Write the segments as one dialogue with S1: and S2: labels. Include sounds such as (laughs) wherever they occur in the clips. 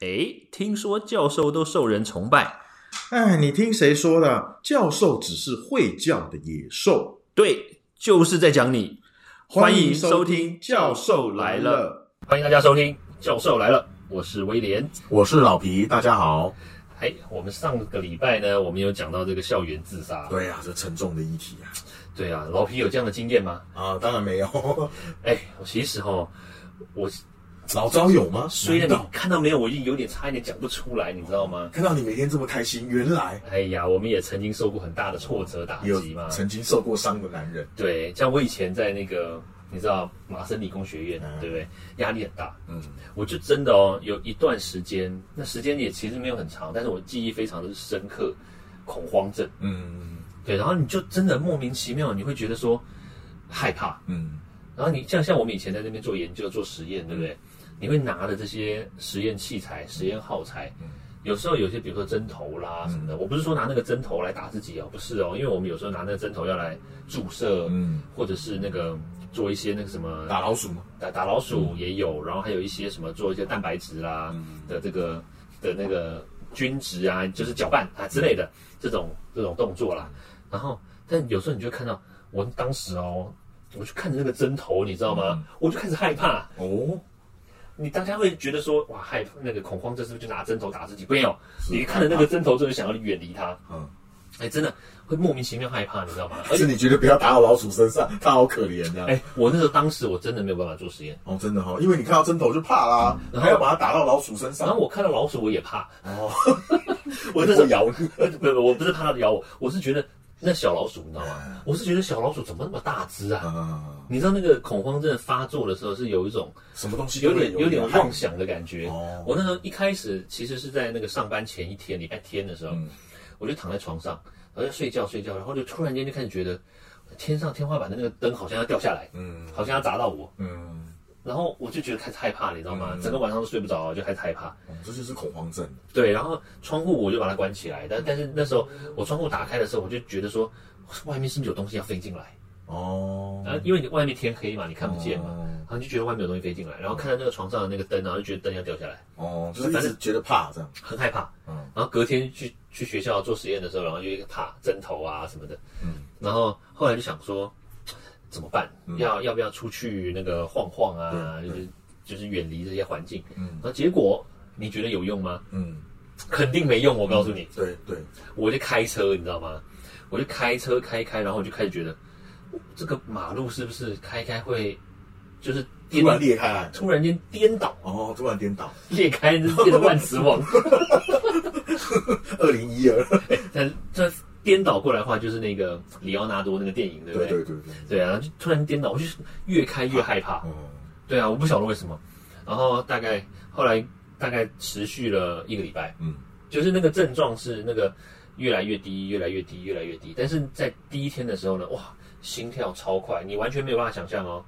S1: 诶，听说教授都受人崇拜，
S2: 哎，你听谁说的？教授只是会叫的野兽。
S1: 对，就是在讲你。欢迎收听《
S2: 《
S1: 教授来了》，欢迎大家收听《教授来了》，我是威廉。
S3: 我是老皮，大家好。
S1: 哎，我们上个礼拜呢，我们有讲到这个校园自杀。
S3: 对啊，这沉重的议题啊。
S1: 对啊，老皮有这样的经验吗？
S3: 啊，当然没有， (laughs)
S1: 哎，我其实哦，我
S3: 老招有吗？
S1: (laughs) 虽然
S3: 难道
S1: 看到没有，我已经有点差一点讲不出来，你知道吗？
S3: 看到你每天这么开心，原来
S1: 哎呀，我们也曾经受过很大的挫折打
S3: 也有
S1: 击嘛。
S3: 曾经受过伤的男人。
S1: 对，像我以前在那个，你知道麻省理工学院，啊
S3: 嗯
S1: 对不对？压力很大，
S3: 嗯，
S1: 我就真的哦，有一段时间，那时间也其实没有很长，但是我记忆非常的深刻，恐慌症。
S3: 嗯
S1: 对，然后你就真的莫名其妙，你会觉得说害怕。
S3: 嗯
S1: 然后你像像我们以前在那边做研究、做实验，对不对？你会拿着这些实验器材、实验耗材，
S3: 嗯
S1: 有时候有些比如说针头啦什么的，我不是说拿那个针头来打自己哦，不是哦，因为我们有时候拿那个针头要来注射，
S3: 嗯，
S1: 或者是那个做一些那个什么
S3: 打老鼠吗？
S1: 打打老鼠也有，然后还有一些什么做一些蛋白质啦、的这个的那个均值啊，就是搅拌啊之类的这种这种动作啦。然后，但有时候你就看到，我当时哦，我就看着那个针头，你知道吗？我就开始害怕。
S3: 哦，
S1: 你大家会觉得说，哇，害那个恐慌症是不是就拿针头打自己？没有，你看着那个针头，就是想要远离它。
S3: 嗯，
S1: 哎，真的会莫名其妙害怕，你知道吗？而
S3: 是
S1: 且，
S3: 你觉得不要打到老鼠身上，它好可怜的、
S1: 哎，我那时候当时我真的没有办法做实验，
S3: 哦，真的哦，因为你看到针头就怕啦，
S1: 然后
S3: 还要把它打到老鼠身
S1: 嗯然
S3: 上
S1: 后。我看到老鼠我也怕，
S3: 哦，
S1: (laughs) 我
S3: 我
S1: 那时候
S3: 咬你。
S1: (laughs) 呃，不不，我不是怕它咬我，我是觉得那小老鼠，你知道吗？我是觉得小老鼠怎么那么大只啊？
S3: 啊，
S1: 你知道那个恐慌症发作的时候是有一种
S3: 什么东西都
S1: 有
S3: 会
S1: 点有点妄想的感觉。
S3: 哦
S1: 我那时候一开始其实是在那个上班前一天，礼拜天的时候，
S3: 嗯
S1: 我就躺在床上，然后就睡觉睡觉，然后就突然间就开始觉得天上天花板的那个灯好像要掉下来，
S3: 嗯
S1: 好像要砸到我，
S3: 嗯，
S1: 然后我就觉得开始害怕，你知道吗？
S3: 嗯
S1: 整个晚上都睡不着，啊就开始害怕。
S3: 哦这就是恐慌症。
S1: 对，然后窗户我就把它关起来，但但是那时候我窗户打开的时候，我就觉得说，外面是不是有东西要飞进来？
S3: 哦，
S1: 然后因为你外面天黑嘛，你看不见嘛，
S3: 哦
S1: 然后就觉得外面有东西飞进来，然后看到那个床上的那个灯，然后就觉得灯要掉下来，
S3: 哦，就是一直觉得怕这样。
S1: 很害怕。
S3: 嗯
S1: 然后隔天去去学校做实验的时候，然后就一个怕针头啊什么的，
S3: 嗯，
S1: 然后后来就想说怎么办？要要不要出去那个晃晃啊？
S3: 对
S1: 就
S3: 对
S1: 是就是远离这些环境。
S3: 嗯
S1: 然后结果你觉得有用吗？
S3: 嗯，
S1: 肯定没用，我告诉你。
S3: 对对，
S1: 我就开车，你知道吗？我就开车开开，然后我就开始觉得，这个马路是不是开开会就是颠
S3: 突然裂开来，
S1: 突然间颠倒
S3: 哦，突然颠倒，
S1: 裂开，就变成万磁王。
S3: 二零一二，
S1: 但这颠倒过来的话，就是那个里奥纳多那个电影，对不
S3: 对
S1: 对？
S3: (laughs) 对对对，
S1: 对啊，就突然颠倒，我就是越开越害怕。
S3: 哦，
S1: 对啊，我不晓得为什么。然后大概后来大概持续了一个礼拜，
S3: 嗯，
S1: 就是那个症状是那个越来越低，越来越低，越来越低。但是在第一天的时候呢，哇，心跳超快，你完全没有办法想象哦。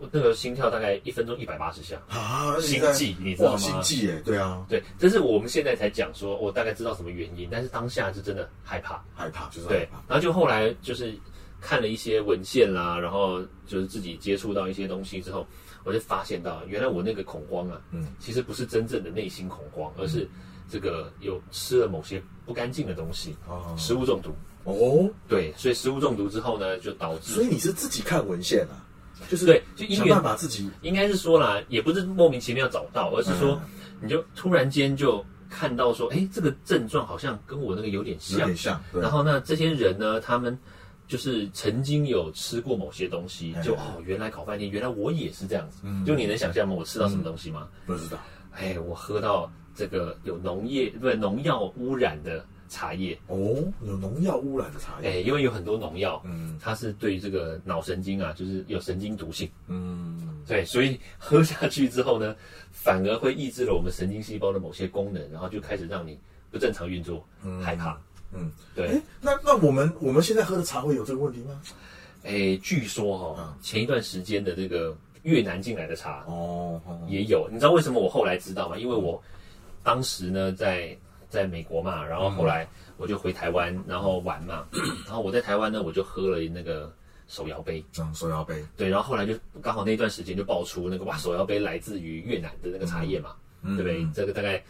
S1: 我那个心跳大概一分钟一百八十下，
S3: 啊，
S1: 心
S3: 现在
S1: 悸你知道吗
S3: 哇心悸哎，对啊，
S1: 对，这是我们现在才讲说，我大概知道什么原因，但是当下是真的害怕，
S3: 害怕就是害
S1: 对
S3: 怕，，
S1: 然后就后来就是看了一些文献啦，然后就是自己接触到一些东西之后，我就发现到原来我那个恐慌啊，
S3: 嗯，
S1: 其实不是真正的内心恐慌，而是这个有吃了某些不干净的东西，
S3: 哦
S1: 食物中毒。
S3: 哦，
S1: 对，所以食物中毒之后呢，就导
S3: 所
S1: 致
S3: 以你是自己看文献啊，就是
S1: 对，就因
S3: 想
S1: 为
S3: 办法自己
S1: 应该是说啦，也不是莫名其妙找到，而是说
S3: 嗯
S1: 你就突然间就看到说，哎，这个症状好像跟我那个有点
S3: 有
S1: 像
S3: 点，像，对
S1: 然，后呢，这些人呢，他们就是曾经有吃过某些东西，
S3: 哎嗯
S1: 就哦，原来烤饭店，原来我也是这样子。就你能想象吗？我吃到什么东西吗？
S3: 不知道，
S1: 哎，我喝到这个有农业不是农药污染的茶叶，
S3: 哦，有农药污染的茶叶，
S1: 哎，因为有很多农药，
S3: 嗯
S1: 它是对于这个脑神经啊，就是有神经毒性，
S3: 嗯，
S1: 对，所以喝下去之后呢，反而会抑制了我们神经细胞的某些功能，然后就开始让你不正常运作，害怕。
S3: 嗯，
S1: 对，
S3: 哎，那那我们我们现在喝的茶会有这个问题吗？
S1: 诶，据说哈、哦
S3: 嗯，
S1: 前一段时间的这个越南进来的茶
S3: 哦，哦
S1: 也有，你知道为什么我后来知道吗？因为我当时呢在在美国嘛，然后后来我就回台湾，然后玩嘛， (coughs) 然后我在台湾呢我就喝了那个手摇杯，
S3: 这样手摇杯，
S1: 对，然后后来就刚好那段时间就爆出那个哇手摇杯来自于越南的那个茶叶嘛，
S3: 嗯
S1: 对不对？这个大概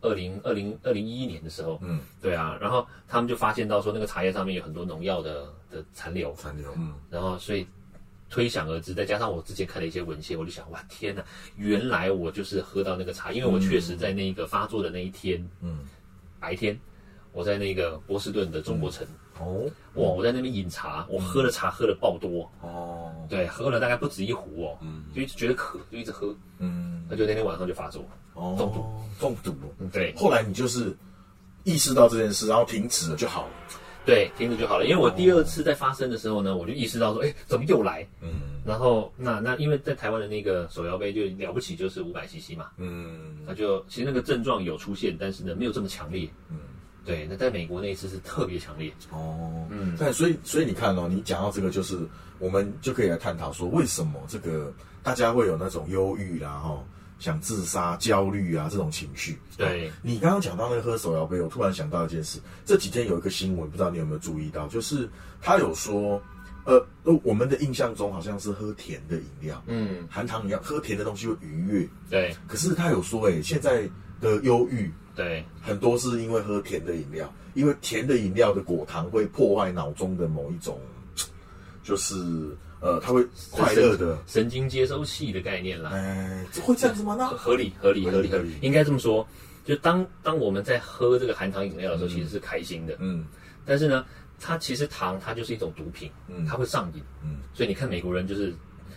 S1: 二零二零二零一一年的时候，
S4: 嗯，
S1: 对啊，然后他们就发现到说那个茶叶上面有很多农药的的残留，
S4: 残留，
S1: 然后所以推想而知，再加上我之前看了一些文献，我就想，哇，天哪！原来我就是喝到那个茶，因为我确实在那个发作的那一天，
S4: 嗯，
S1: 白天我在那个波士顿的中国城，
S4: 哦
S1: 哇，我在那边饮茶，我喝了茶喝了爆多，
S4: 哦，
S1: 对，喝了大概不止一壶哦，
S4: 嗯
S1: 就一直觉得渴，就一直喝，
S4: 嗯，
S1: 那就那天晚上就发作，
S3: 哦，中毒。
S1: 嗯，对
S3: 后来你就是意识到这件事，然后停止了就好了。
S1: 对，听着就好了。因为我第二次在发生的时候呢，我就意识到说，哎，怎么又来？
S4: 嗯
S1: 然后那那因为在台湾的那个手摇杯就了不起，就是五百 CC 嘛，
S4: 嗯
S1: 那就其实那个症状有出现，但是呢没有这么强烈。
S4: 嗯，
S1: 对，那在美国那一次是特别强烈。
S4: 哦，
S1: 嗯，
S3: 但所以所以你看哦，你讲到这个，就是我们就可以来探讨说，为什么这个大家会有那种忧郁啦、哈、想自杀、焦虑啊这种情绪。
S1: 对，
S3: 你刚刚讲到那个喝手摇杯，我突然想到一件事，这几天有一个新闻，不知道你有没有注意到，就是他有说，呃，我们的印象中好像是喝甜的饮料，
S1: 嗯，
S3: 含糖饮料，喝甜的东西会愉悦，
S1: 对
S3: 可是他有说、欸，哎，现在的忧郁
S1: 对
S3: 很多是因为喝甜的饮料，因为甜的饮料的果糖会破坏脑中的某一种，就是呃，它会快乐的，
S1: 神经接收器的概念啦，
S3: 哎，这会这样子吗？那
S1: 合理合理合理合
S3: 合
S1: 理
S3: 理，
S1: 应该这么说。就当当我们在喝这个含糖饮料的时候，其实是开心的，
S4: 嗯
S1: 但是呢，它其实糖它就是一种毒品，
S4: 嗯
S1: 它会上瘾，
S4: 嗯
S1: 所以你看美国人就是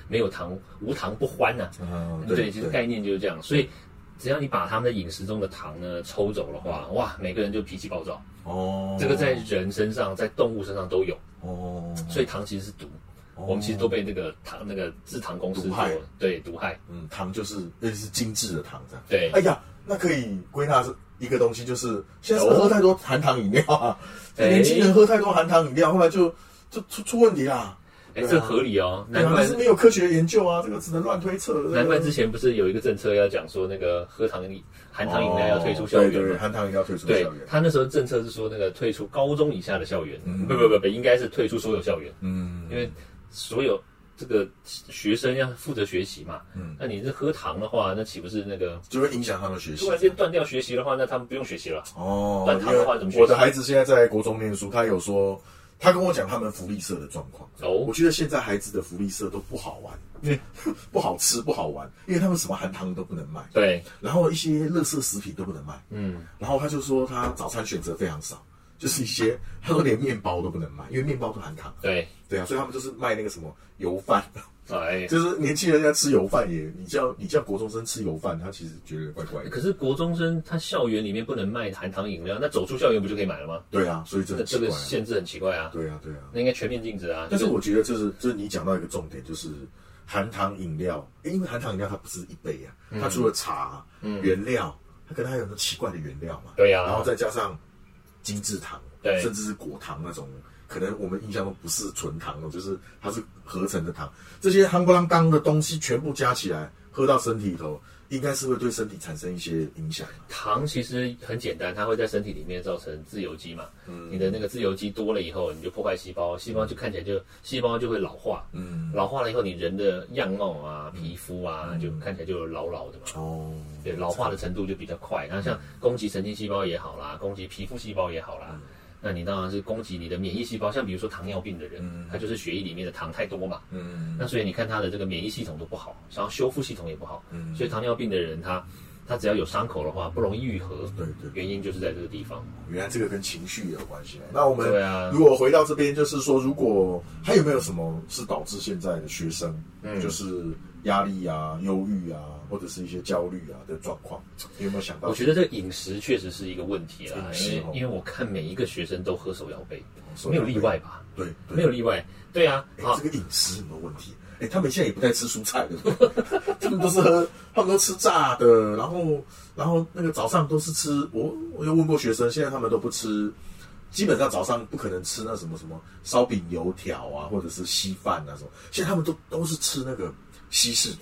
S1: 没有糖无糖不欢呐、
S3: 啊，
S1: 嗯对，
S3: 对
S1: 其实
S3: 对，
S1: 概念就是这样，所以。只要你把他们的饮食中的糖呢抽走的话，哇，每个人就脾气暴躁。
S3: 哦，
S1: 这个在人身上、在动物身上都有，
S3: 哦，
S1: 所以糖其实是毒。我们其实都被那个糖、那个制糖公司
S3: 毒害
S1: 做对毒害。
S3: 嗯糖就是那是精致的糖这样。
S1: 对
S3: 哎呀，那可以归纳是一个东西，就是现在是不是喝太多含糖饮料啊，
S1: 啊哎
S3: 年轻人喝太多含糖饮料，后来就就出出问题啦。
S1: 哎，
S3: 对啊
S1: 这合理哦，
S3: 对
S1: 难
S3: 啊，但
S1: 怪
S3: 是没有科学研究啊，这个只能乱推测。
S1: 难怪之
S3: 是
S1: 前不是有一个政策要讲说那个喝糖饮含糖饮料要退出校园
S3: 哦对对，
S1: 吗？
S3: 含糖饮料退出校
S1: 对
S3: 园。
S1: 他那时候政策是说那个退出高中以下的校园，
S3: 嗯
S1: 不不不不，应该是退出所有校园，
S4: 嗯
S1: 因为所有这个学生要负责学习嘛。
S4: 嗯
S1: 那你是喝糖的话，那岂不是那个
S3: 就会影响他们学习
S1: 突。然间断掉学习的话，那他们不用学习了？
S3: 哦，
S1: 断糖的话怎么学习
S3: 因为我的孩子现在在国中念书，他有说，他跟我讲他们福利社的状况。
S1: 哦
S3: 我，觉得现在孩子的福利社都不好玩，因为
S1: 嗯
S3: (laughs) 不好吃不好玩，因为他们什么含糖都不能卖，
S1: 对，
S3: 然后一些垃圾食品都不能卖。
S1: 嗯。
S3: 然后他就说他早餐选择非常少，就是一些他说连面包都不能卖，因为面包都含糖。
S1: 对，
S3: 对啊，所以他们就是卖那个什么油饭， (laughs)
S1: 哎，
S3: 就是年轻人在吃油饭也，你叫你叫国中生吃油饭，他其实觉得怪怪的。
S1: 可是国中生他校园里面不能卖含糖饮料，那走出校园不就可以买了吗？
S3: 对啊，所以这
S1: 那
S3: 很奇
S1: 这
S3: 怪
S1: 个
S3: 啊、
S1: 限制很奇怪啊，
S3: 对啊，对啊。
S1: 那应该全面禁止啊。
S3: 但是
S1: 就
S3: 我觉得就是就是你讲到一个重点，就是含糖饮料，诶因为含糖饮料它不是一杯啊，
S1: 嗯
S3: 它除了茶、原料，它可能还有很多奇怪的原料嘛。
S1: 对啊
S3: 然后再加上精制糖，
S1: 对
S3: 甚至是果糖那种，可能我们印象中不是纯糖哦，就是它是合成的糖，这些夯不啷当的东西全部加起来，喝到身体里头，应该是会对身体产生一些影响。啊
S1: 糖其实很简单，它会在身体里面造成自由基嘛。
S3: 嗯
S1: 你的那个自由基多了以后，你就破坏细胞，细胞就看起来就细胞就会老化。
S4: 嗯
S1: 老化了以后，你人的样貌啊、
S3: 嗯
S1: 皮肤啊，就看起来就老老的嘛。
S3: 哦，
S1: 对，老化的程度就比较快。那像
S3: 嗯
S1: 攻击神经细胞也好啦，攻击皮肤细胞也好啦，那你当然是攻击你的免疫细胞。像比如说糖尿病的人，
S3: 嗯
S1: 他就是血液里面的糖太多嘛，
S4: 嗯
S1: 那所以你看他的这个免疫系统都不好，然后修复系统也不好，
S3: 嗯
S1: 所以糖尿病的人他他只要有伤口的话，不容易愈合。
S3: 对对
S1: 原因就是在这个地方。
S3: 原来这个跟情绪有关系。那我们
S1: 对啊
S3: 如果回到这边，就是说，如果还有没有什么是导致现在的学生，
S1: 嗯
S3: 就是压力啊、忧郁啊，或者是一些焦虑啊的状况，你有没有想到？
S1: 我觉得这个饮食确实是一个问题啦，
S3: 饮
S1: 因
S3: 食
S1: 为
S3: 哦
S1: 因为我看每一个学生都喝手摇杯，
S3: 手摇
S1: 没
S3: 杯
S1: 有例外吧？
S3: 对，对
S1: 没有例外。对啊，
S3: 哎
S1: 啊，
S3: 这个饮食有没有问题？哎、他们现在也不太吃蔬菜，对不对？ (laughs) 他们都是喝，他们都吃炸的，然后，然后那个早上都是吃。我我有问过学生，现在他们都不吃，基本上早上不可能吃那什么什么烧饼、油条啊，或者是稀饭啊什么。现在他们都都是吃那个西式的，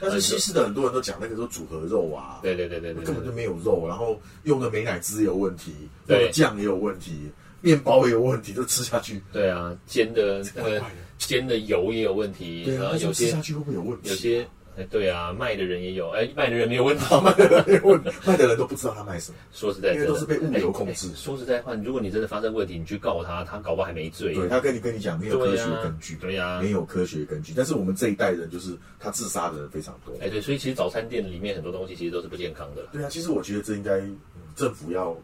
S3: 但是西式的很多人都讲那个都组合肉啊，
S1: 哎对对对对对
S3: 根本就
S1: 对，
S3: 没有肉，然后用的美乃滋也有问题，
S1: 对
S3: 用的酱也有问题，面包也有问题，就吃下去。
S1: 对啊，煎的那
S3: 怪
S1: 个
S3: 怪的
S1: 煎的油也有问题，
S3: 对
S1: 然
S3: 啊，
S1: 后
S3: 而且
S1: 有
S3: 吃
S1: 些
S3: 下去会不会有问题？
S1: 有些哎，对啊，卖的人也有，哎，卖的人没有问
S3: (laughs)
S1: 题。
S3: 卖的人也问，卖的人都不知道他卖什么。
S1: 说实在，
S3: 因
S1: 真
S3: 为
S1: 的
S3: 都是被物流控制
S1: 哎哎说实在话，如果你真的发生问题，你去告他，他搞不好还没罪。
S3: 对他跟你跟你讲没有科
S1: 对
S3: 学
S1: 呀
S3: 根据，
S1: 对啊呀
S3: 没有科学根据。但是我们这一代人就是他自杀的人非常多。
S1: 哎，对，所以其实早餐店里面很多东西其实都是不健康的啦。
S3: 对啊，其实我觉得这应该嗯政府要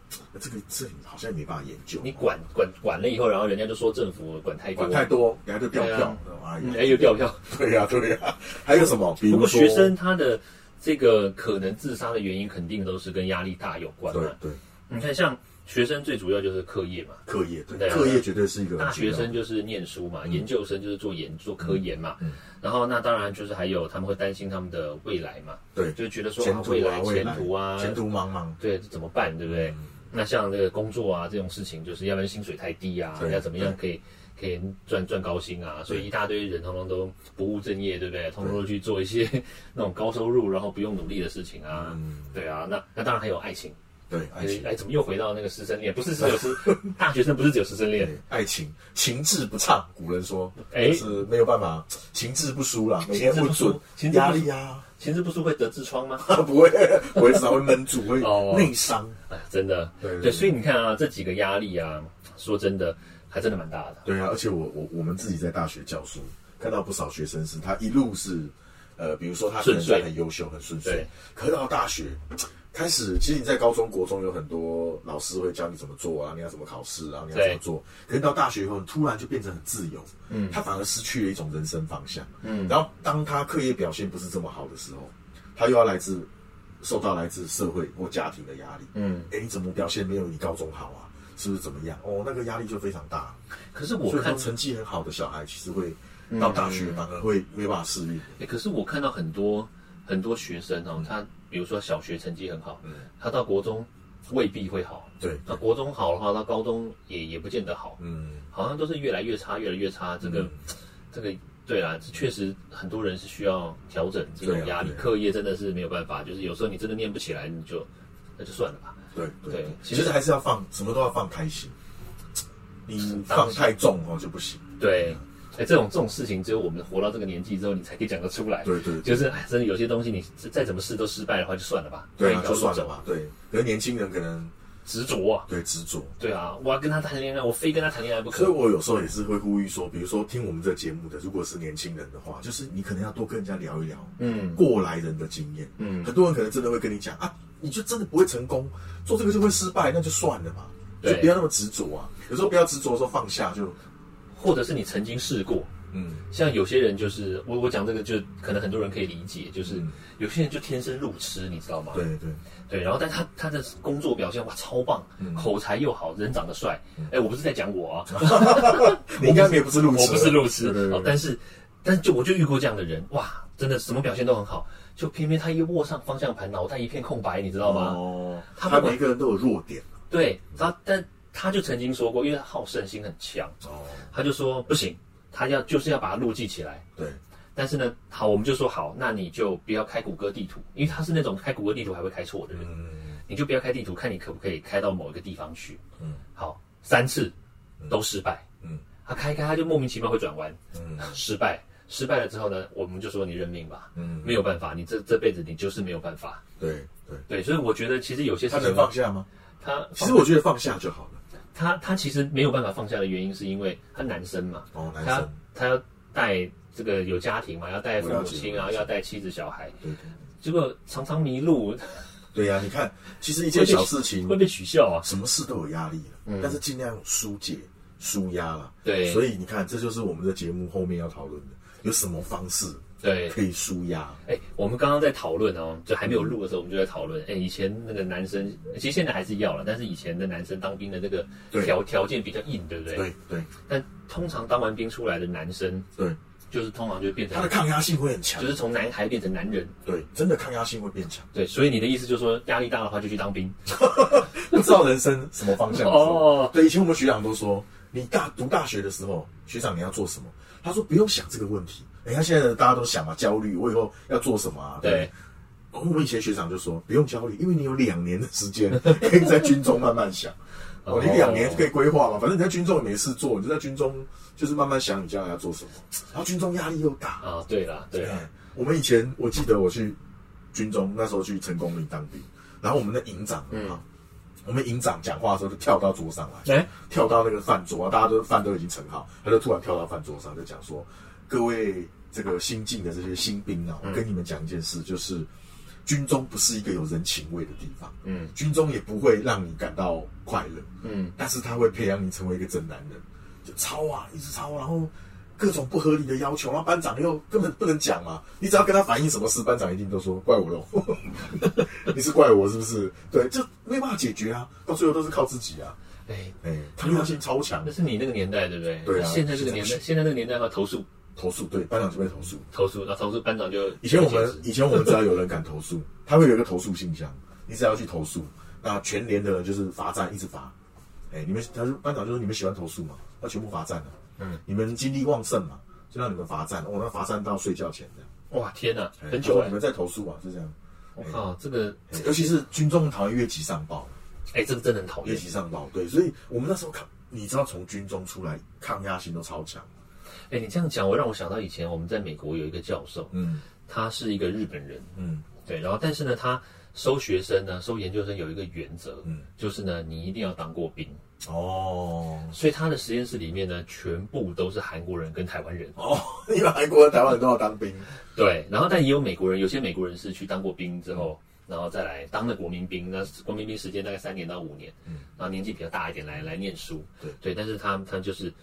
S3: 这个这好像也没办法研究，
S1: 你管管管了以后，然后人家就说政府管太多，
S3: 管太多，等下就掉
S1: 对啊
S3: 票。哎呀
S1: 嗯，哎，又掉票。
S3: 对呀对呀，还有什么？比
S1: 不
S3: 如
S1: 过
S3: 说
S1: 学生他的这个可能自杀的原因，肯定都是跟压力大有关
S3: 对
S1: 嘛。
S3: 对
S1: 你看，像学生最主要就是课业嘛，
S3: 课业，对
S1: 对啊
S3: 课业绝对是一个
S1: 大
S3: 很重
S1: 学
S3: 要的
S1: 生就是念书嘛，研究生就是做研做科研嘛
S3: 嗯，
S1: 然后那当然就是还有他们会担心他们的未来嘛，
S3: 对
S1: 就觉得说
S3: 前
S1: 啊
S3: 途
S1: 未
S3: 啊
S1: 来前途
S3: 啊
S1: 啊，
S3: 前途嗯茫茫。
S1: 对怎么办，对不对？那像这个工作啊这种事情，就是要不然薪水太低啊
S3: 对，
S1: 要怎么样可以可以赚赚高薪啊？所以一大堆人通通都不务正业，对不对？通通都去做一些 (laughs) 那种高收入然后不用努力的事情啊，
S3: 嗯
S1: 对啊。那那当然还有爱情，
S3: 对爱情，
S1: 哎，怎么又回到那个师生恋？不是只有
S3: (laughs)
S1: 师大学生，不是只有师生恋
S3: 对，爱情情志不畅，古人说，
S1: 哎
S3: 就是没有办法，情志不舒啦，每
S1: 情
S3: 天
S1: 志
S3: 不
S1: 不舒
S3: 准，
S1: 情志不
S3: 压
S1: 舒
S3: 力啊， (laughs)
S1: 情志不舒会得痔疮吗？
S3: 不会，我至少会闷住，会
S1: 哦
S3: 内伤。
S1: 哎，真的，
S3: 对对
S1: 对，所以你看啊，这几个压力啊，说真的，还真的蛮大的。
S3: 对啊，而且我我我们自己在大学教书，看到不少学生是他一路是，呃，比如说他可
S1: 顺
S3: 能
S1: 遂
S3: 在很优秀、很顺遂
S1: 对，
S3: 可到大学开始，其实你在高中国中有很多老师会教你怎么做啊，你要怎么考试啊，你要
S1: 对
S3: 怎么做，可是到大学以后，你突然就变成很自由，嗯，他反而失去了一种人生方向，嗯，然后当他课业表现不是这么好的时候，他又要来自受到来自社会或家庭的压力，嗯，哎，你怎么表现没有你高中好啊？是不是怎么样？哦，那个压力就非常大。
S1: 可是我
S3: 所以说
S1: 看，嗯
S3: 成绩很好的小孩，其实会到大学反而会没办法适应。
S1: 哎，可是我看到很多很多学生
S3: 嗯
S1: 哦，他比如说小学成绩很好，他到国中未必会好，
S3: 对
S1: 那国中好的话，到高中也也不见得好，
S3: 嗯，
S1: 好像都是越来越差，越来越差。这个、这个对啦，这确实很多人是需要调整这
S3: 对啊
S1: 种压力，
S3: 对啊
S1: 课业真的是没有办法，就是有时候你真的念不起来，你就那就算了吧。
S3: 嗯对对
S1: 对
S3: 对，
S1: 其
S3: 其
S1: 实
S3: 实还是要放，什么都要放开心。你放太重哦就不行。
S1: 对，哎、这种这种事情，只有我们活到这个年纪之后，你才可以讲得出来。
S3: 对对对
S1: 就是哎，真的有些东西你再怎么试都失败的话，就算了吧，
S3: 对
S1: 换
S3: 啊，
S1: 一条
S3: 就
S1: 路
S3: 算了
S1: 走，
S3: 吧。对，可是年轻人可能
S1: 执着啊。
S3: 对执着，
S1: 对啊，我要跟他谈恋爱，我非跟他谈恋爱不可
S3: 所以。我有时候也是会呼吁说，比如说听我们这节目的，如果是年轻人的话，就是你可能要多跟人家聊一聊，嗯，过来人的经验，嗯，很多人可能真的会跟你讲啊，你就真的不会成功，做这个就会失败，那就算了嘛，就
S1: 对
S3: 不要那么执着啊，有时候不要执着的时候放下就，
S1: 或者是你曾经试过，
S3: 嗯，
S1: 像有些人就是我我讲这个就可能很多人可以理解，就是
S3: 嗯
S1: 有些人就天生路痴，你知道吗？
S3: 对对
S1: 对，然后但他他的工作表现哇超棒，
S3: 嗯
S1: 口才又好，人长得帅。哎，我不是在讲
S3: (laughs)
S1: 我啊，
S3: 你应该也不是路痴，啊
S1: 我不是路痴
S3: 对对对
S1: 哦，但是但是就我就遇过这样的人，哇，真的什么表现都很好，就偏偏他一握上方向盘，脑袋一片空白，你知道吗？
S3: 哦，
S1: 他
S3: 他
S1: 不管
S3: 每一个人都有弱点，
S1: 对，他但他就曾经说过，因为他好胜心很强，
S3: 哦，
S1: 他就说不行，他要就是要把它录记起来。
S3: 对，
S1: 但是呢，好，我们就说好，那你就不要开谷歌地图，因为他是那种开谷歌地图还会开错的人，
S3: 嗯，
S1: 你就不要开地图，看你可不可以开到某一个地方去。
S3: 嗯，
S1: 好，三次都失败。
S3: 嗯，
S1: 他开一开他就莫名其妙会转弯，
S3: 嗯，
S1: 失败，失败了之后呢，我们就说你认命吧，
S3: 嗯
S1: 没有办法，你这这辈子你就是没有办法。
S3: 对对，
S1: 对，所以我觉得其实有些
S3: 他
S1: 事
S3: 能
S1: 情哦
S3: 放
S1: 呢，
S3: 下吗？
S1: 他
S3: 其实我觉得放下就好了，
S1: 他他其实没有办法放下的原因，是因为他男生嘛，
S3: 哦，男
S1: 他
S3: 生，
S1: 他要带这个有家庭嘛，要带父母亲
S3: 我了
S1: 啊，
S3: 解
S1: 要带妻子小孩，
S3: 对对
S1: 结果常常迷路，
S3: 对呀，你看，其实一件小事情
S1: 会被取笑啊。
S3: 什么事都有压力了，但是尽量疏解、舒压了。
S1: 嗯对
S3: 所以你看，这就是我们的节目后面要讨论的，有什么方式
S1: 对，
S3: 可以舒压？
S1: 哎，我们刚刚在讨论哦，就还没有录的时候，我们就在讨论，哎，以前那个男生，其实现在还是要了，但是以前的男生当兵的那个
S3: 对
S1: 条条件比较硬，对不对？
S3: 对。对
S1: 但通常当完兵出来的男生，
S3: 对，
S1: 就是通常就变
S3: 他的
S1: 成，
S3: 抗压性会很强
S1: 就，是从男孩变成男人。
S3: 对，真的抗压性会变强，
S1: 对，所以你的意思就是说，压力大的话就去当兵。
S3: 不知道人生什么方向。
S1: 哦
S3: 对，以前我们学长都说，你大读大学的时候，学长你要做什么？他说不用想这个问题。人家现在的大家都想嘛，焦虑，我以后要做什么啊？
S1: 对，
S3: 我们以前学长就说不用焦虑，因为你有两年的时间 (laughs) 可以在军中慢慢想。哦，你两年可以规划嘛，反正你在军中也没事做，你就在军中就是慢慢想你将来要做什么。然后军中压力又大，
S1: 啊，对啦，对啦，
S3: 哎我们以前我记得我去军中那时候去成功岭当兵，然后我们的营长啊，我们营长讲话的时候就跳到桌上来，
S1: 哎、
S3: 跳到那个饭桌啊，大家都饭都已经盛好，他就突然跳到饭桌上，就讲说：“各位这个新进的这些新兵啊，我跟你们讲一件事，就是军中不是一个有人情味的地方，
S1: 嗯
S3: 军中也不会让你感到快乐，
S1: 嗯
S3: 但是他会培养你成为一个真男人，就抄啊，一直抄，然后各种不合理的要求，然后班长又根本不能讲嘛，你只要跟他反映什么事，班长一定都说怪我喽， (laughs) 你是怪我是不是？对，这没办法解决啊，到最后都是靠自己啊。
S1: 哎、
S3: 哎、抗压性超强
S1: 那，是你那个年代对不对？
S3: 对啊
S1: 现在这个年代，现在这个年代的话，投诉
S3: 投诉对班长就会投诉。
S1: 投诉，然啊后投诉班长就
S3: 以前我们以前我们只要有人敢投诉， (laughs) 他会有一个投诉信箱，你只要去投诉，那全连的人就是罚站，一直罚。哎、你们他说班长就说你们喜欢投诉嘛，那全部罚站了。
S1: 嗯，
S3: 你们精力旺盛嘛，就让你们罚站，我、哦、那罚站到睡觉前这样。
S1: 哇天哪、很
S3: 哎他
S1: 久
S3: 说
S1: 哎、
S3: 你们在投诉啊，是这样。
S1: 我靠，这个
S3: 哎尤其是军中讨厌越级上报，
S1: 哎、这个真的很讨
S3: 越
S1: 厌。
S3: 级上报对，所以我们那时候抗，你知道从军中出来抗压性都超强。
S1: 哎、你这样讲，我让我想到以前我们在美国有一个教授，
S3: 嗯
S1: 他是一个日本人，
S3: 嗯
S1: 对，然后但是呢，他收学生呢，收研究生有一个原则，
S3: 嗯，
S1: 就是呢，你一定要当过兵。
S3: 哦，
S1: 所以他的实验室里面呢，全部都是韩国人跟台湾人，
S3: 哦，因为韩国人、台湾人都要当兵。
S1: 对，然后但也有美国人，有些美国人是去当过兵之后，
S3: 嗯
S1: 然后再来当了国民兵，那国民兵时间大概三年到五年，
S3: 嗯
S1: 然后年纪比较大一点来来念书，
S3: 对
S1: 对，但是他他就是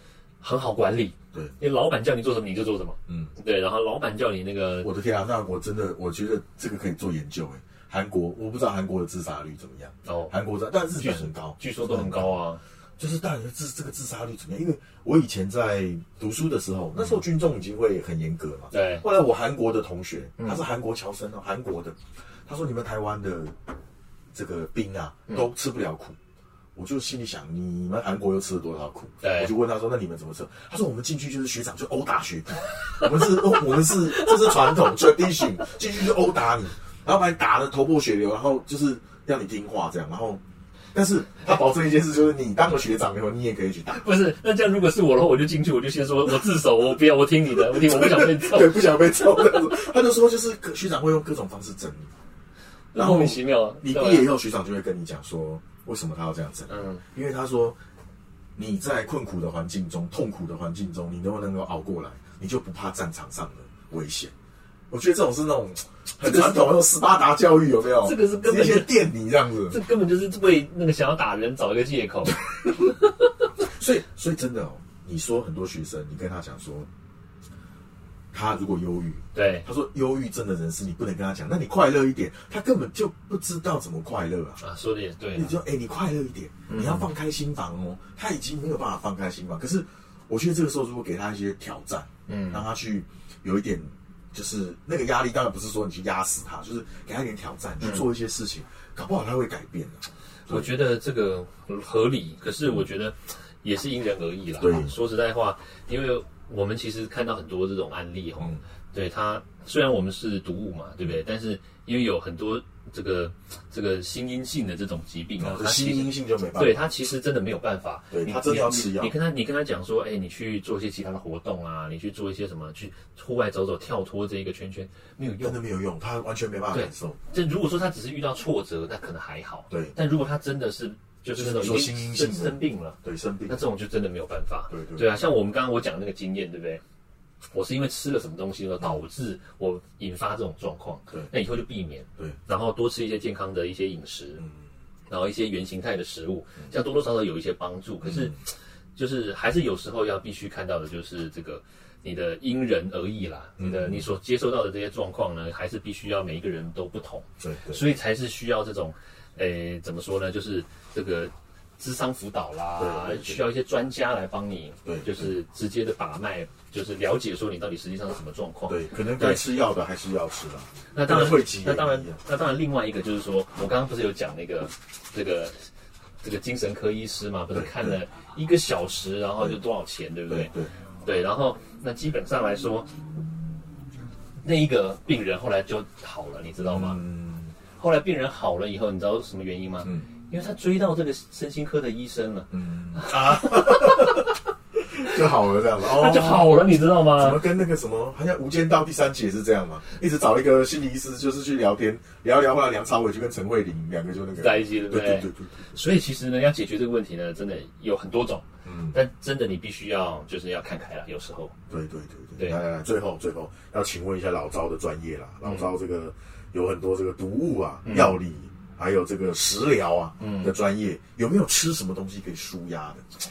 S1: 很好管理，
S3: 对，
S1: 你老板叫你做什么你就做什么，
S3: 嗯，
S1: 对，然后老板叫你那个，
S3: 我的天啊，那我真的我觉得这个可以做研究诶。韩国我不知道韩国的自杀率怎么样，
S1: 哦，
S3: 韩国自但日本很高，嗯
S1: 据说都很高
S3: 哦
S1: 啊，
S3: 就是大学自这个自杀率怎么样？因为我以前在读书的时候，那时候军中已经会很严格嘛。
S1: 对，
S3: 后来我韩国的同学，
S1: 嗯
S3: 他是韩国侨生哦，韩国的，他说你们台湾的这个兵啊，
S1: 嗯
S3: 都吃不了苦。我就心里想，你们韩国又吃了多少苦？
S1: 对
S3: 我就问他说，那你们怎么吃？他说我们进去就是学长就殴打学弟， (laughs) 我们是，我们是这是传统 tradition，进去就殴打你，然后把你打得头破血流，然后就是要你听话这样，然后。但是他保证一件事，就是你当了学长以后，你也可以去打，
S1: 不是，那这样如果是我的话，我就进去，我就先说我自首，我不要，我听你的，我听我不想被揍，
S3: (laughs) 对，不想被揍。这样子他就说，就是各学长会用各种方式整你，然后
S1: 莫名其妙啊，
S3: 你
S1: 对
S3: 毕
S1: 吧
S3: 业以后，学长就会跟你讲说，为什么他要这样整？
S1: 嗯，
S3: 因为他说你在困苦的环境中、痛苦的环境中，你都能够熬过来，你就不怕战场上的危险。我觉得这种是那种很传统的那种斯巴达教育，有没有？
S1: 这个是根本就
S3: 直接先电你这样子。
S1: 这根本就是为那个想要打人找一个借口。
S3: 所以，所以真的哦，你说很多学生，你跟他讲说，他如果忧郁，
S1: 对，
S3: 他说忧郁症的人士，你不能跟他讲，那你快乐一点，他根本就不知道怎么快乐啊。
S1: 啊，说的也对
S3: 你
S1: 啊，
S3: 就哎、你快乐一点，你
S1: 嗯
S3: 要放开心房哦。他已经没有办法放开心房，可是我觉得这个时候如果给他一些挑战，
S1: 嗯
S3: 让他去有一点，就是那个压力，当然不是说你去压死他，就是给他一点挑战，
S1: 嗯
S3: 去做一些事情，搞不好他会改变啊的。
S1: 我觉得这个合理，可是我觉得也是因人而异啦。
S3: 对
S1: 说实在话，因为我们其实看到很多这种案例哈、
S3: 嗯
S1: 对他虽然我们是毒物嘛，对不对？但是因为有很多这个这个心因性的这种疾病啊，
S3: 这
S1: 它其实
S3: 哦心因性就没办法，
S1: 对他其实真的没有办法，
S3: 对
S1: 你
S3: 他真的要吃
S1: 你
S3: 药
S1: 你跟他你跟他讲说，哎、你去做一些其他的活动啊，你去做一些什么，去户外走走，跳脱这一个圈圈没有用
S3: 真。的没有用，他完全没办法
S1: 对
S3: 感受。
S1: 这如果说他只是遇到挫折，那可能还好。
S3: 对
S1: 但如果他真的是就是那种
S3: 就是说
S1: 已经
S3: 心因性的
S1: 生生病了，
S3: 对，生病
S1: 那这种就真的没有办法。
S3: 对对
S1: 啊，像我们刚刚我讲的那个经验，对不对？我是因为吃了什么东西呢，导致我引发这种状况。
S3: 嗯对
S1: 那以后就避免。
S3: 对，
S1: 然后多吃一些健康的一些饮食，
S3: 嗯
S1: 然后一些原形态的食物，这样多多少少有一些帮助。可
S3: 嗯
S1: 是，就是还是有时候要必须看到的，就是这个你的因人而异啦，你
S3: 嗯
S1: 的你所接受到的这些状况呢，还是必须要每一个人都不同，
S3: 对对
S1: 所以才是需要这种，诶，怎么说呢？就是这个。智商辅导啦
S3: 对对，对
S1: 需要一些专家来帮你，
S3: 对对
S1: 就是直接的把脉，就是了解说你到底实际上是什么状况。
S3: 对，可能该吃药的还是要吃啦。
S1: 那当然
S3: 会急
S1: 那当然
S3: 也一样，
S1: 那当然，另外一个就是说，我刚刚不是有讲那个这个这个精神科医师嘛，不是
S3: 对
S1: 看了一个小时，然后就多少钱，对不
S3: 对
S1: 对？
S3: 对，
S1: 对，然后那基本上来说，那一个病人后来就好了，你知道吗？
S3: 嗯
S1: 后来病人好了以后，你知道是什么原因吗？
S3: 嗯
S1: 因为他追到这个身心科的医生了，
S3: (laughs) 嗯啊，就就好了这样子，哦，
S1: 那就好了，你知道
S3: 怎
S1: 吗
S3: 么？跟那个什么，好像《无间道》第三集也是这样嘛？一直找一个心理医师，就是去聊天，聊一聊后来梁朝伟就跟陈慧琳两个就那个
S1: 在一起对不
S3: 对
S1: 对
S3: 对对对，
S1: 所以其实呢，要解决这个问题呢，真的有很多种，
S3: 嗯，
S1: 但真的你必须要就是要看开了，有时候
S3: 对对对对。
S1: 对
S3: 来来来，最后最后要请问一下老赵的专业啦，
S1: 嗯
S3: 老赵这个有很多这个毒物啊、药理，还有这个食疗啊
S1: 嗯
S3: 的专业，有没有吃什么东西可以舒压的？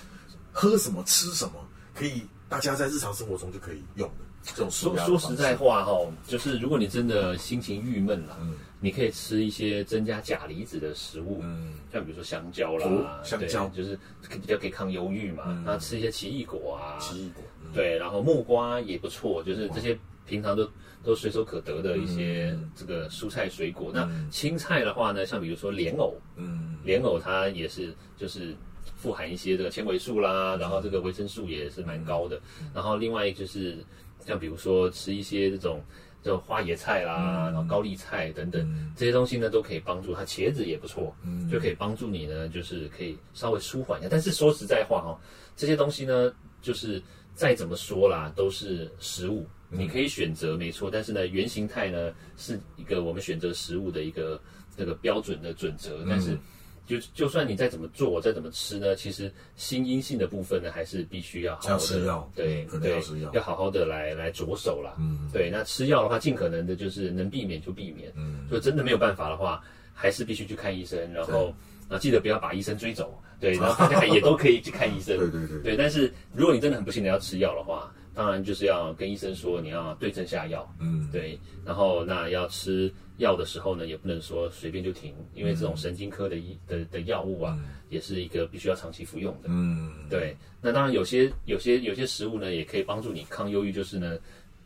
S3: 喝什么吃什么可以？大家在日常生活中就可以用的这种舒
S1: 说
S3: 压的
S1: 说
S3: 方
S1: 实
S3: 式
S1: 在，话哈、就是如果你真的心情郁闷啦，
S3: 嗯
S1: 你可以吃一些增加钾离子的食物，
S3: 嗯
S1: 像比如说香蕉啦
S3: 哦，香蕉
S1: 对就是比较可以抗忧郁嘛，
S3: 嗯
S1: 然后吃一些奇异果啊，
S3: 奇异果，嗯
S1: 对，然后木瓜也不错，就是这些平常都都随手可得的一些这个蔬菜水果。那青菜的话呢，像比如说莲藕，
S3: 嗯，
S1: 莲藕它也是就是富含一些这个纤维素啦，然后这个维生素也是蛮高的。然后另外就是像比如说吃一些这种这种花椰菜啦，
S3: 嗯
S1: 然后高丽菜等等这些东西呢，都可以帮助它。茄子也不错，
S3: 嗯
S1: 就可以帮助你呢，就是可以稍微舒缓一下。但是说实在话哦，这些东西呢，就是再怎么说啦，都是食物。
S3: 嗯
S1: 你可以选择没错，但是呢，原形态呢是一个我们选择食物的一个这个标准的准则，但
S3: 嗯
S1: 是就就算你再怎么做，再怎么吃呢，其实心阴性的部分呢，还是必须要好
S3: 要
S1: 好
S3: 吃
S1: 的
S3: 药，
S1: 对
S3: 嗯可能
S1: 对
S3: 要吃药，
S1: 要好好的来来着手啦。
S3: 嗯
S1: 对，那吃药的话，尽可能的就是能避免就避免，
S3: 嗯
S1: 就真的没有办法的话，还是必须去看医生，然后啊记得不要把医生追走，
S3: (laughs)
S1: 对，然后大家也都可以去看医生，
S3: 对对对
S1: 对，但是如果你真的很不幸的要吃药的话，当然就是要跟医生说你要对症下药，
S3: 嗯，
S1: 对，然后那要吃药的时候呢，也不能说随便就停，因为这种神经科的医的的药物啊，也是一个必须要长期服用的。
S3: 嗯，
S1: 对，那当然有些有些有些食物呢，也可以帮助你抗忧郁，就是呢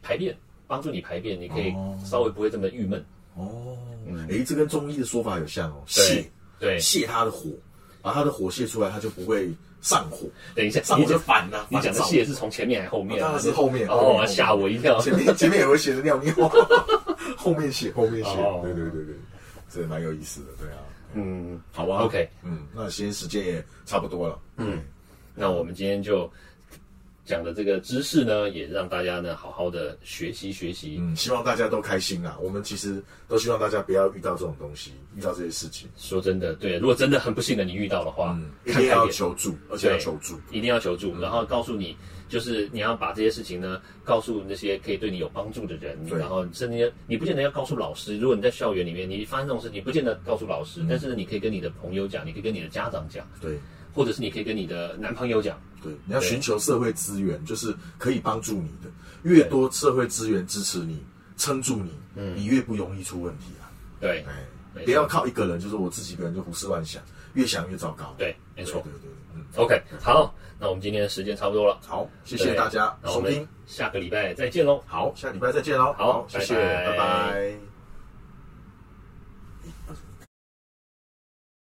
S1: 排便，帮助你排便，你可以
S3: 哦
S1: 稍微不会这么郁闷。
S3: 哦，诶，这跟中医的说法有像哦，
S1: 嗯对
S3: 泄
S1: 对，
S3: 泄他的火，把他的火泄出来，他就不会上火，
S1: 等一下，
S3: 上
S1: 你
S3: 火
S1: 讲
S3: 就反了，
S1: 你讲的
S3: 反
S1: 蟹是从前面还是后面啊？
S3: 哦当然是后面后面
S1: 哦，吓我一跳
S3: 燥，。前面前面也会写着尿尿， (laughs) 后面写后面写
S1: 哦，
S3: 对对对对，这蛮有意思的，对啊，
S1: 嗯，
S3: 好啊
S1: OK
S3: 嗯，那今天时间也差不多了，嗯，
S1: 那我们今天就讲的这个知识呢，也让大家呢好好的学习学习。
S3: 嗯，希望大家都开心啦，啊我们其实都希望大家不要遇到这种东西，遇到这些事情，
S1: 说真的，对，如果真的很不幸的你遇到的话，
S3: 嗯，一
S1: 哦看
S3: 定
S1: 开
S3: 要
S1: 点，
S3: 求助，而且要求助，
S1: 一定要求助，然后告诉你，就是你要把这些事情呢，告诉那些可以对你有帮助的人，
S3: 对
S1: 然后甚至你不见得要告诉老师，如果你在校园里面你发生这种事，你不见得告诉老师，
S3: 嗯
S1: 但是呢，你可以跟你的朋友讲，你可以跟你的家长讲，
S3: 对。
S1: 或者是你可以跟你的男朋友讲，
S3: 对，你要
S1: 对
S3: 寻求社会资源，就是可以帮助你的，越多社会资源支持你、撑住你，你越不容易出问题啊！
S1: 对，
S3: 哎，
S1: 嗯没错
S3: 不要靠一个人，就是我自己一个人就胡思乱想，越想越糟糕。
S1: 对，没错
S3: 对对对，嗯，
S1: ，OK，好，那我们今天的时间差不多了，
S3: 好，谢
S1: 谢
S3: 谢大家
S1: 那我
S3: 收
S1: 们
S3: 听，
S1: 下个礼拜再见喽。
S3: 好，下礼拜再见喽，
S1: 好
S3: 谢谢，
S1: 拜拜
S3: 拜拜